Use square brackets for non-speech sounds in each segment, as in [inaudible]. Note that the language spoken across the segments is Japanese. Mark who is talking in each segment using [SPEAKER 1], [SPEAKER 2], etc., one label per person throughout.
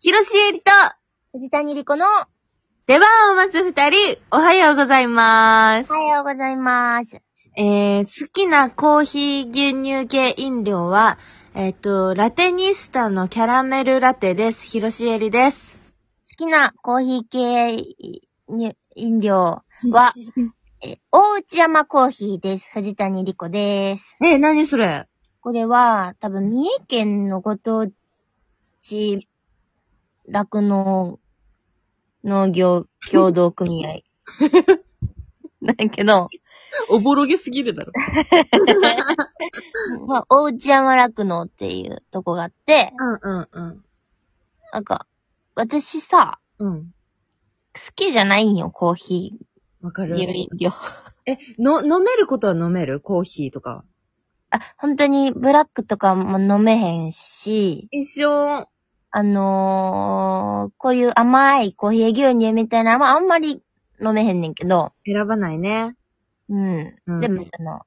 [SPEAKER 1] ヒロシエリと、
[SPEAKER 2] 藤谷莉子の、
[SPEAKER 1] 出番を待つ二人、おはようございます
[SPEAKER 2] お。はようございます。
[SPEAKER 1] えー、好きなコーヒー牛乳系飲料は、えっ、と、ラテニスタのキャラメルラテです。ヒロシエリです。
[SPEAKER 2] 好きなコーヒー系いに飲料は、え大内山コーヒーです。藤谷莉子です。
[SPEAKER 1] え、何それ
[SPEAKER 2] これは、多分、三重県のご当地、酪農、農業協同組合。なんだけど、
[SPEAKER 1] おぼろげすぎるだろ。
[SPEAKER 2] まあ、大内山酪農っていうとこがあって、
[SPEAKER 1] うんうんうん。
[SPEAKER 2] なんか、私さ、
[SPEAKER 1] うん。
[SPEAKER 2] 好きじゃないんよ、コーヒ
[SPEAKER 1] わか
[SPEAKER 2] ー、
[SPEAKER 1] る。
[SPEAKER 2] 飲料。
[SPEAKER 1] え、の、飲めることは飲めるコーヒーとか。
[SPEAKER 2] あ、本当にブラックとかも飲めへんし、
[SPEAKER 1] 一緒。
[SPEAKER 2] あのー、こういう甘いコーヒー牛乳みたいなのはあんまり飲めへんねんけど、
[SPEAKER 1] 選ばないね。
[SPEAKER 2] うん。
[SPEAKER 1] うん
[SPEAKER 2] でもその、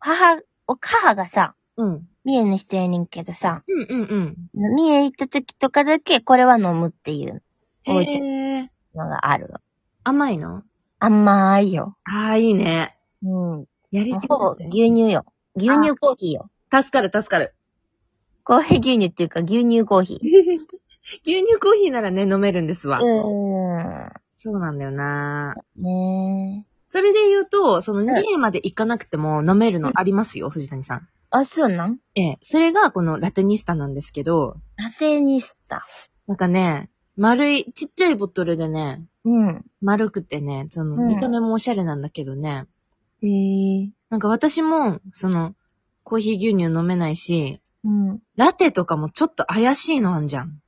[SPEAKER 2] 母、お母がさ、
[SPEAKER 1] うん。
[SPEAKER 2] 三重の人やねんけどさ、
[SPEAKER 1] うんうんうん。
[SPEAKER 2] 三重行った時とかだけこれは飲むっていうおうち
[SPEAKER 1] へー
[SPEAKER 2] のがあるの。
[SPEAKER 1] 甘いの
[SPEAKER 2] 甘いよ。
[SPEAKER 1] ああ、いいね。
[SPEAKER 2] うん。
[SPEAKER 1] やりすぎ
[SPEAKER 2] ほぼ
[SPEAKER 1] だね
[SPEAKER 2] 牛乳よ。牛乳コーヒーよ。
[SPEAKER 1] 助かる、助かる。
[SPEAKER 2] コーヒー牛乳っていうか牛乳コーヒー。
[SPEAKER 1] 牛乳コーヒーならね、飲めるんですわ。
[SPEAKER 2] う
[SPEAKER 1] そうなんだよな
[SPEAKER 2] ーん。ねえ。
[SPEAKER 1] それで言うと、その
[SPEAKER 2] ん
[SPEAKER 1] 三重まで行かなくても飲める
[SPEAKER 2] う
[SPEAKER 1] の
[SPEAKER 2] ん
[SPEAKER 1] ありますよ、藤谷さん。
[SPEAKER 2] あ、そうなん
[SPEAKER 1] ええ、それがこのラテニスタなんですけど、
[SPEAKER 2] ラテニスタ。
[SPEAKER 1] なんかね、丸い、ちっちゃいボトルでね、
[SPEAKER 2] うん。
[SPEAKER 1] 丸くてね、その、
[SPEAKER 2] うん
[SPEAKER 1] 見た目もおしゃれなんだけどね、
[SPEAKER 2] へえ。
[SPEAKER 1] なんか私も、その、コーヒー牛乳飲めないし、
[SPEAKER 2] うん。
[SPEAKER 1] ラテとかもちょっと怪しいのあんじゃん。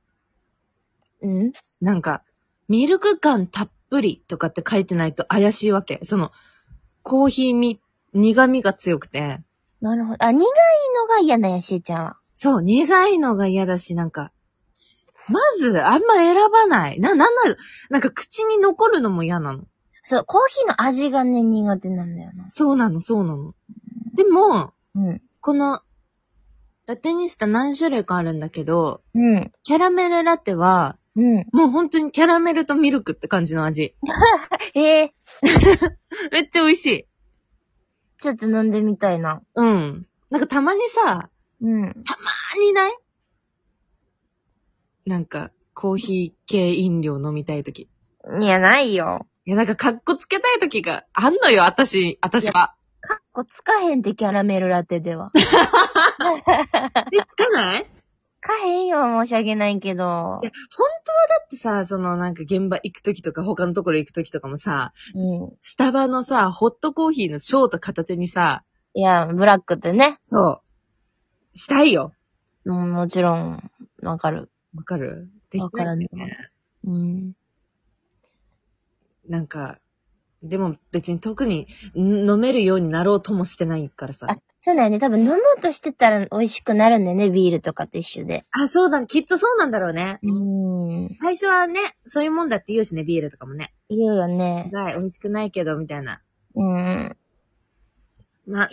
[SPEAKER 2] うん
[SPEAKER 1] なんか、ミルク感たっぷりとかって書いてないと怪しいわけ。その、コーヒーみ、苦味が強くて。
[SPEAKER 2] なるほど。あ、苦いのが嫌なんや、しーちゃんは。
[SPEAKER 1] そう、苦いのが嫌だし、なんか、まず、あんま選ばない。な、なんなの、なんか口に残るのも嫌なの。
[SPEAKER 2] そう、コーヒーの味がね、苦手なんだよな。
[SPEAKER 1] そうなの、そうなの。でも、
[SPEAKER 2] うん。
[SPEAKER 1] この、ラテニスタ何種類かあるんだけど、
[SPEAKER 2] うん。
[SPEAKER 1] キャラメルラテは、
[SPEAKER 2] うん。
[SPEAKER 1] もう本当にキャラメルとミルクって感じの味。
[SPEAKER 2] ええ
[SPEAKER 1] めっちゃ美味しい。
[SPEAKER 2] ちょっと飲んでみたいな。
[SPEAKER 1] うん。なんかたまにさ、
[SPEAKER 2] うん。
[SPEAKER 1] 他にないなんか、コーヒー系飲料飲みたいとき。い
[SPEAKER 2] いや、ないよ。
[SPEAKER 1] や、なんか、かっこつけたいときがあんのよ、私、私は。
[SPEAKER 2] かっこつかへんってキャラメルラテで [laughs] は。
[SPEAKER 1] え、つかないい
[SPEAKER 2] つかへんよ、申し訳ないけど。
[SPEAKER 1] や、本当はだってさ、その、なんか現場行くときとか、他のところ行くときとかもさ、
[SPEAKER 2] うん。
[SPEAKER 1] スタバのさ、ホットコーヒーのショート片手にさ、
[SPEAKER 2] いや、ブラックってね。
[SPEAKER 1] そう、したいよ。
[SPEAKER 2] うん、もちろん、わかる。
[SPEAKER 1] わかるでき
[SPEAKER 2] わ
[SPEAKER 1] な
[SPEAKER 2] か
[SPEAKER 1] い
[SPEAKER 2] ら
[SPEAKER 1] ん
[SPEAKER 2] ん
[SPEAKER 1] だ
[SPEAKER 2] よ
[SPEAKER 1] よね。
[SPEAKER 2] うん。
[SPEAKER 1] なんか、でも別に特にん飲めるようになろうともしてないからさ。
[SPEAKER 2] あ、そうだよね。多分飲もうとしてたら美味しくなるんだよね、ビールとかと一緒で。
[SPEAKER 1] あ、そうだ、きっとそうなんだろうね。
[SPEAKER 2] うーん。
[SPEAKER 1] 最初はね、そういうもんだって言うしね、ビールとかもね。
[SPEAKER 2] 言うよね。
[SPEAKER 1] はい、美味しくないけど、みたいな。
[SPEAKER 2] うん。
[SPEAKER 1] ま、あ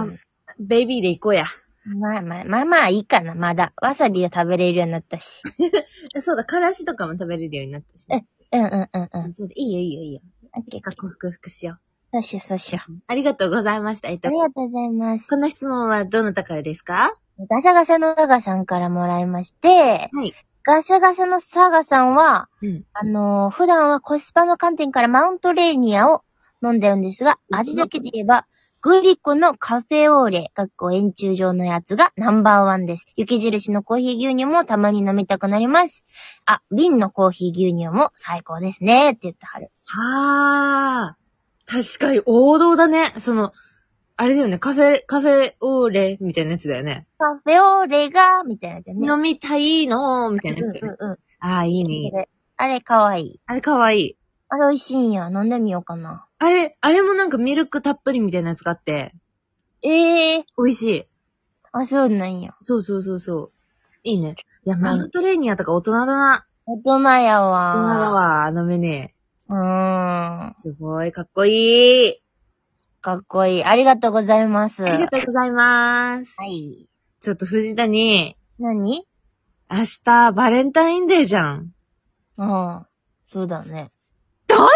[SPEAKER 2] うん
[SPEAKER 1] ベイビーで行こうや。
[SPEAKER 2] まあまあ、まあまあいいかな、まだ。わさびを食べれるようになったし。
[SPEAKER 1] えそうだ、からしとかも食べれるようになったし、ね。
[SPEAKER 2] うんうんうんうん。
[SPEAKER 1] そうだ、いいよいいよいいよ。
[SPEAKER 2] オッケー
[SPEAKER 1] 結果克服しよ
[SPEAKER 2] そうしようそうしよ
[SPEAKER 1] う。ありがとうございました。えっ
[SPEAKER 2] う。あ
[SPEAKER 1] と
[SPEAKER 2] り、がとうございます。
[SPEAKER 1] この質問はどなたからですか
[SPEAKER 2] ガサガサのガガさんからもらいまして、
[SPEAKER 1] はい。
[SPEAKER 2] ガサガサのサガさんは、
[SPEAKER 1] うん。
[SPEAKER 2] あのー普段はコスパの観点からマウントレーニアを飲んでるんですが、味だけで言えば、グリコのカフェオーレ、かっこ円柱状のやつがナンバーワンです。雪印のコーヒー牛乳もたまに飲みたくなります。あ、瓶のコーヒー牛乳も最高ですね、って言ってはる。
[SPEAKER 1] はあ。確かに王道だね。その、あれだよね、カフェ、カフェオーレみたいなやつだよね。
[SPEAKER 2] カフェオーレが、みたいなやつよね。
[SPEAKER 1] 飲みたいのーみた
[SPEAKER 2] う
[SPEAKER 1] い
[SPEAKER 2] ん
[SPEAKER 1] なやつだよね。
[SPEAKER 2] うんうん。
[SPEAKER 1] ああ、いいね。いいね
[SPEAKER 2] あれ、かわいい。
[SPEAKER 1] あれかわいい。
[SPEAKER 2] あれ、美味しいんや。飲んでみようかな。
[SPEAKER 1] あれ、あれもなんかミルクたっぷりみたいなやつがあって、
[SPEAKER 2] ええー。
[SPEAKER 1] 美味しい。
[SPEAKER 2] あ、そうなんや。
[SPEAKER 1] そうそうそうそう。いいね。いや、
[SPEAKER 2] ん
[SPEAKER 1] マウントレーニアとか大人だな。
[SPEAKER 2] 大人や
[SPEAKER 1] 大
[SPEAKER 2] わ。
[SPEAKER 1] 人だ。わ、飲めね
[SPEAKER 2] うーん。
[SPEAKER 1] え。すごい、かっこいい。
[SPEAKER 2] かっこいい。ありがとうございます。
[SPEAKER 1] ありがとうございます。
[SPEAKER 2] はい。
[SPEAKER 1] ちょっと藤谷、
[SPEAKER 2] 何
[SPEAKER 1] 明日、バレンタインデーじゃん。
[SPEAKER 2] ああ、そうだね。
[SPEAKER 1] どうす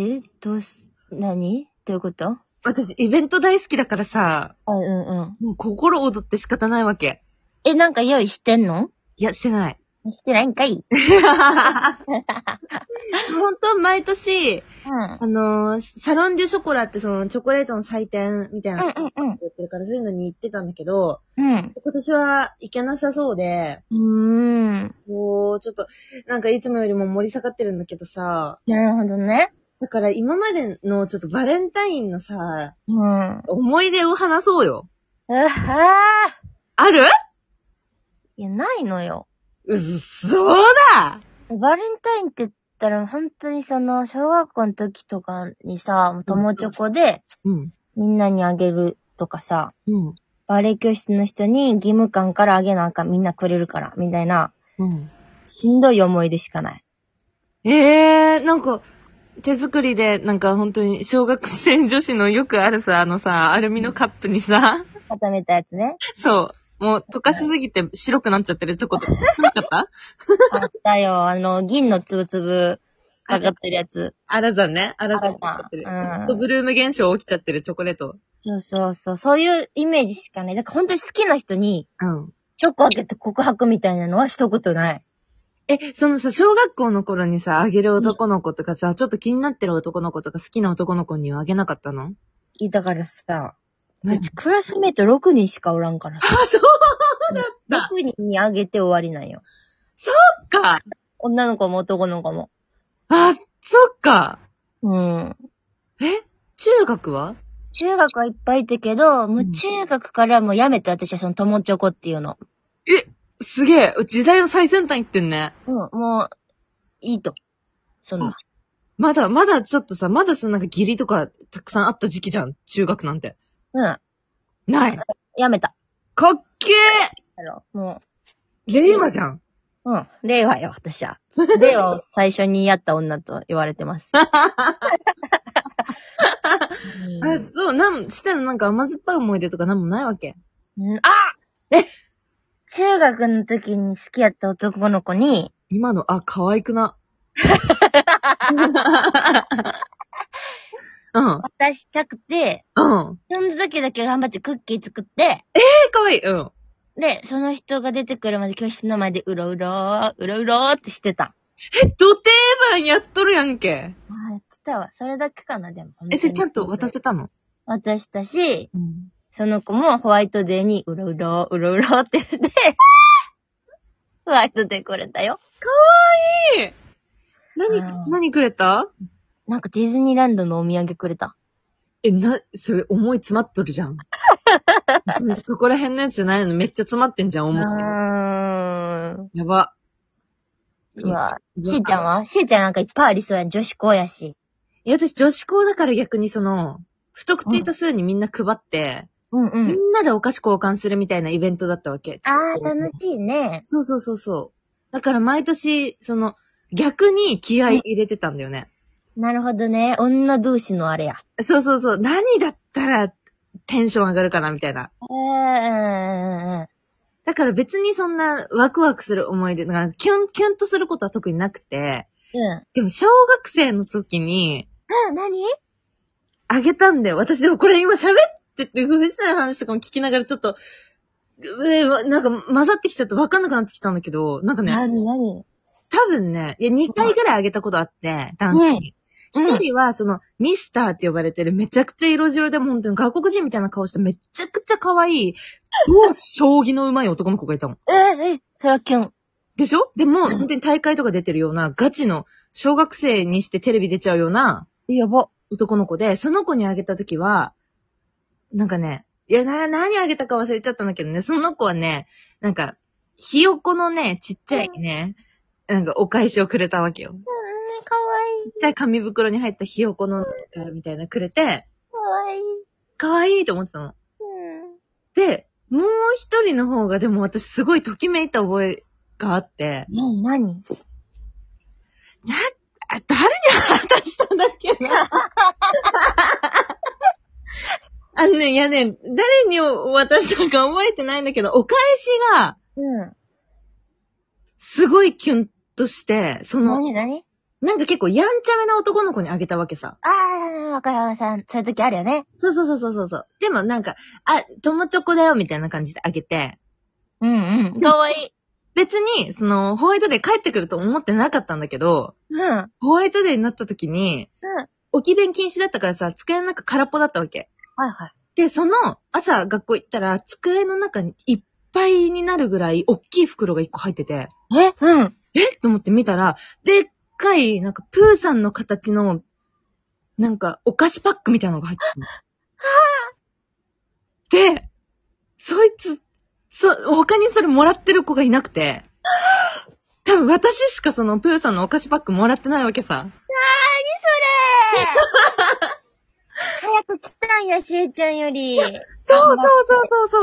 [SPEAKER 1] る
[SPEAKER 2] えどうし、何どういうことあ、
[SPEAKER 1] 私、イベント大好きだからさ、
[SPEAKER 2] うんうん。
[SPEAKER 1] もう心躍って仕方ないわけ。
[SPEAKER 2] え、なんか用意してんの
[SPEAKER 1] いや、してない。
[SPEAKER 2] してないんかい
[SPEAKER 1] 本当毎年、
[SPEAKER 2] うん。
[SPEAKER 1] あのーサロンデュショコラってそのチョコレートの祭典みたいなのや
[SPEAKER 2] うんうん
[SPEAKER 1] ってるから、そういうのに行ってたんだけど、
[SPEAKER 2] うん。
[SPEAKER 1] 今年は行けなさそうで、
[SPEAKER 2] うん。うーん。
[SPEAKER 1] そう、ちょっと、なんかいつもよりも盛り下がってるんだけどさ、
[SPEAKER 2] なるほどね。
[SPEAKER 1] だから今までのちょっとバレンタインのさ、
[SPEAKER 2] うん。うわ
[SPEAKER 1] 思い出を話そうよ。
[SPEAKER 2] はー
[SPEAKER 1] ある
[SPEAKER 2] いや、ないのよ。
[SPEAKER 1] うっそうだ
[SPEAKER 2] バレンタインって言ったら、本当にその、小学校の時とかにさ、友チョコで、
[SPEAKER 1] うん。
[SPEAKER 2] みんなにあげるとかさ、
[SPEAKER 1] うん。
[SPEAKER 2] バレエ教室の人に義務感からあげなあかん、みんなくれるから、みたいな、
[SPEAKER 1] うん。
[SPEAKER 2] しんどい思い出しかない。
[SPEAKER 1] ええー、なんか、手作りで、なんか本当に小学生女子のよくあるさ、あのさ、アルミのカップにさ、
[SPEAKER 2] 固めたやつね。
[SPEAKER 1] そう、もう溶かしすぎて白くなっちゃってるチョコとか。なかった
[SPEAKER 2] あったよ、あの、銀のつぶつぶかかってるやつ。
[SPEAKER 1] [laughs] あらざね。あらざになっちゃって
[SPEAKER 2] あらざうん
[SPEAKER 1] る。ブルーム現象起きちゃってるチョコレート。
[SPEAKER 2] そうそうそう、そういうイメージしかない。だから本当に好きな人に、
[SPEAKER 1] うん。
[SPEAKER 2] チョコあげて告白みたいなのはしたことない。
[SPEAKER 1] え、そのさ、小学校の頃にさ、あげる男の子とかさ、ちょっと気になってる男の子とか好きな男の子にはあげなかったの
[SPEAKER 2] だからさ、
[SPEAKER 1] 何
[SPEAKER 2] うちクラスメート6人しかおらんからさ、
[SPEAKER 1] あ、そうだった
[SPEAKER 2] 6人にあげて終わりなんよ。
[SPEAKER 1] か。
[SPEAKER 2] 女の子も男の子も。
[SPEAKER 1] あ、そっか。
[SPEAKER 2] うん。
[SPEAKER 1] え中学は
[SPEAKER 2] 中学はいっぱいいたけど、
[SPEAKER 1] う
[SPEAKER 2] もうん中学からもうやめて、私はその友チョコっていうの。
[SPEAKER 1] すげえ、時代の最先端行ってんね。
[SPEAKER 2] うん、もう、いいと。そんな。
[SPEAKER 1] まだ、まだちょっとさ、まだそのなんか義理とかたくさんあった時期じゃん。中学なんて。
[SPEAKER 2] うん、
[SPEAKER 1] ない。
[SPEAKER 2] やめた。
[SPEAKER 1] かっけ
[SPEAKER 2] あの、も
[SPEAKER 1] え令和じゃん。
[SPEAKER 2] う、うん、令和よ、私 [laughs] は。令和を最初にやった女と言われて [laughs] ます。うん
[SPEAKER 1] あ、そう、なん、してのなんか甘酸っぱい思い出とかなんもないわけ。
[SPEAKER 2] うんあえ中学の時に好きやった男の子に、
[SPEAKER 1] 今の、あ、可愛く [laughs] な。うん、
[SPEAKER 2] 渡したくて、
[SPEAKER 1] うん。
[SPEAKER 2] その時だけ頑張ってクッキー作って、
[SPEAKER 1] え、可愛い。うん。
[SPEAKER 2] で、その人が出てくるまで教室の前でうろうろー、うろうろーってしてた。
[SPEAKER 1] え、土定番やっとるやんけ。
[SPEAKER 2] ああ、やってたわ。それだけかな、でも。
[SPEAKER 1] え、それちゃんと渡せたの
[SPEAKER 2] 渡したし、
[SPEAKER 1] うん。
[SPEAKER 2] その子もホワイトデーにうろうろ、うろうろってして、ホワイトデーくれたよ。
[SPEAKER 1] 何
[SPEAKER 2] う、ん
[SPEAKER 1] 何くれた
[SPEAKER 2] なんかディズニーランドのお土産くれた。
[SPEAKER 1] え、な、それ思い詰まっとるじゃん。 [laughs] そそこら辺のやつじゃないのめっちゃ詰まってんじゃん、
[SPEAKER 2] う
[SPEAKER 1] 思って。
[SPEAKER 2] ーん。
[SPEAKER 1] やば。
[SPEAKER 2] うわ。
[SPEAKER 1] いや
[SPEAKER 2] しーちゃんはしーちゃんなんかいっぱいありそうやん。女子校やし。
[SPEAKER 1] いや、私女子校だから逆にその、不特定多数にみんな配って、
[SPEAKER 2] うんう
[SPEAKER 1] み
[SPEAKER 2] ん。
[SPEAKER 1] んなでお菓子交換するみたいなイベントだったわけ。
[SPEAKER 2] ああ、楽しいね。
[SPEAKER 1] そうそうそうそう。だから毎年、その、逆に気合い入れてたんだよね。
[SPEAKER 2] なるほどね。女同士のあれや。
[SPEAKER 1] そうそうそう。何だったらテンション上がるかなみたいな。
[SPEAKER 2] えー、
[SPEAKER 1] だから別にそんなワクワクする思い出、なんかキュンキュンとすることは特になくて、
[SPEAKER 2] うん。
[SPEAKER 1] でも小学生の時に
[SPEAKER 2] うん、何
[SPEAKER 1] あげたんだよ。私でもこれ今喋ってて、藤田の話とかも聞きながらちょっと、えーわなんか混ざってきちゃってわかんなくなってきたんだけど、なんかね、
[SPEAKER 2] 何何
[SPEAKER 1] 多分ね、いや2回ぐらいあげたことあって、男子に。
[SPEAKER 2] うんうん
[SPEAKER 1] 一人は、その、ミスターって呼ばれてる、めちゃくちゃ色白で、もう本当に外国人みたいな顔して、めちゃくちゃ可愛い、超将棋の上手い男の子がいたもん。
[SPEAKER 2] えー、え、それはキュン。
[SPEAKER 1] でしょでも、
[SPEAKER 2] ん
[SPEAKER 1] 本当に大会とか出てるような、ガチの、小学生にしてテレビ出ちゃうような
[SPEAKER 2] やば。
[SPEAKER 1] 男の子で、その子にあげたときは、なんかね、いや、な、何あげたか忘れちゃったんだけどね、その子はね、なんか、ひよこのね、ちっちゃいね、なんかお返しをくれたわけよ。
[SPEAKER 2] うん、かわ
[SPEAKER 1] ちっちゃい紙袋に入ったひよこの、みたいなくれて、
[SPEAKER 2] いい、かわいい。
[SPEAKER 1] 可愛いと思ってたの。
[SPEAKER 2] うん。
[SPEAKER 1] で、もう一人の方が、でも私すごいときめいた覚えがあって、
[SPEAKER 2] 何何
[SPEAKER 1] あ、誰に渡したんだっけな [laughs] あのね、いやね、誰に渡したか覚えてないんだけど、お返しが、
[SPEAKER 2] うん。
[SPEAKER 1] すごいキュンとして、そ
[SPEAKER 2] な
[SPEAKER 1] の、
[SPEAKER 2] になに
[SPEAKER 1] なんか結構やんちゃめな男の子にあげたわけさ。
[SPEAKER 2] あー、わかるわかる。そういう時あるよね。
[SPEAKER 1] そうそうそうそうそうそう。でもなんか、あ、友チョコだよみたいな感じであげて、
[SPEAKER 2] うんうん。かわいい。
[SPEAKER 1] 別に、その、ホワイトデー帰ってくると思ってなかったんだけど、
[SPEAKER 2] うん。
[SPEAKER 1] ホワイトデーになった時に、
[SPEAKER 2] うん
[SPEAKER 1] 置き弁禁止だったからさ、机の中空っぽだったわけ。
[SPEAKER 2] はいはい。
[SPEAKER 1] で、その、朝学校行ったら、机の中にいっぱいになるぐらい、大きい袋が一個入ってて、
[SPEAKER 2] え [laughs] うん。
[SPEAKER 1] えっと思って見たら、でっかい、なんか、プーさんの形の、なんか、お菓子パックみたいなのが入ってるの。で、そいつ、そ、他にそれもらってる子がいなくて、多分私しかそのプーさんのお菓子パックもらってないわけさ。
[SPEAKER 2] それ早く来たんや、しえちゃんより。あ
[SPEAKER 1] そうそうそうそうそう。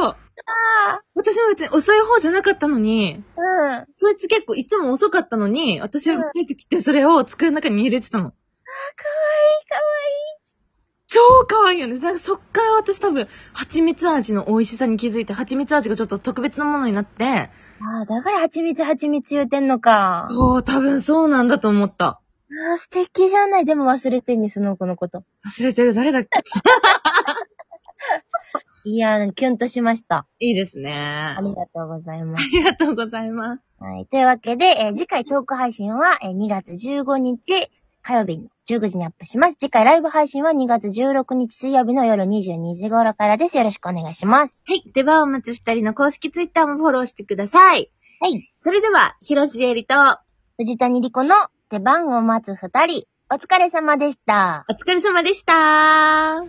[SPEAKER 2] あ
[SPEAKER 1] 私も別に遅い方じゃなかったのに、
[SPEAKER 2] ー。うん。あ、
[SPEAKER 1] そいつ結構いつも遅かったのに、私は早く来てそれを机の中に入れてたの。
[SPEAKER 2] かわいい、かわ
[SPEAKER 1] 超可愛いよね。なんかそっから私多分、蜂蜜味の美味しさに気づいて、蜂蜜味がちょっと特別なものになって、
[SPEAKER 2] いい。ああ、だから蜂蜜蜂蜜言うてんのか。
[SPEAKER 1] そう、多分そうなんだと思った。
[SPEAKER 2] あー素敵じゃない。でも忘れてんね、その子のこと。
[SPEAKER 1] 忘れてる、誰 [laughs] だっけ
[SPEAKER 2] いやー、キュンとしました。
[SPEAKER 1] いいですね
[SPEAKER 2] あ。りがとうございま
[SPEAKER 1] あ
[SPEAKER 2] す。
[SPEAKER 1] りがとうございます。
[SPEAKER 2] はい。というわけで、えー次回トーク配信は、えー2月15日火曜日の19時にアップします。次回ライブ配信は2月16日水曜日の夜22時頃からです。よろしくお願いします。
[SPEAKER 1] はい、出番を待つ二人の公式ツイッターもフォローしてください。
[SPEAKER 2] はい。
[SPEAKER 1] それでは、広瀬えりと、
[SPEAKER 2] 藤谷莉子の出番を待つ二人、お疲れ様でした。
[SPEAKER 1] お疲れ様でした。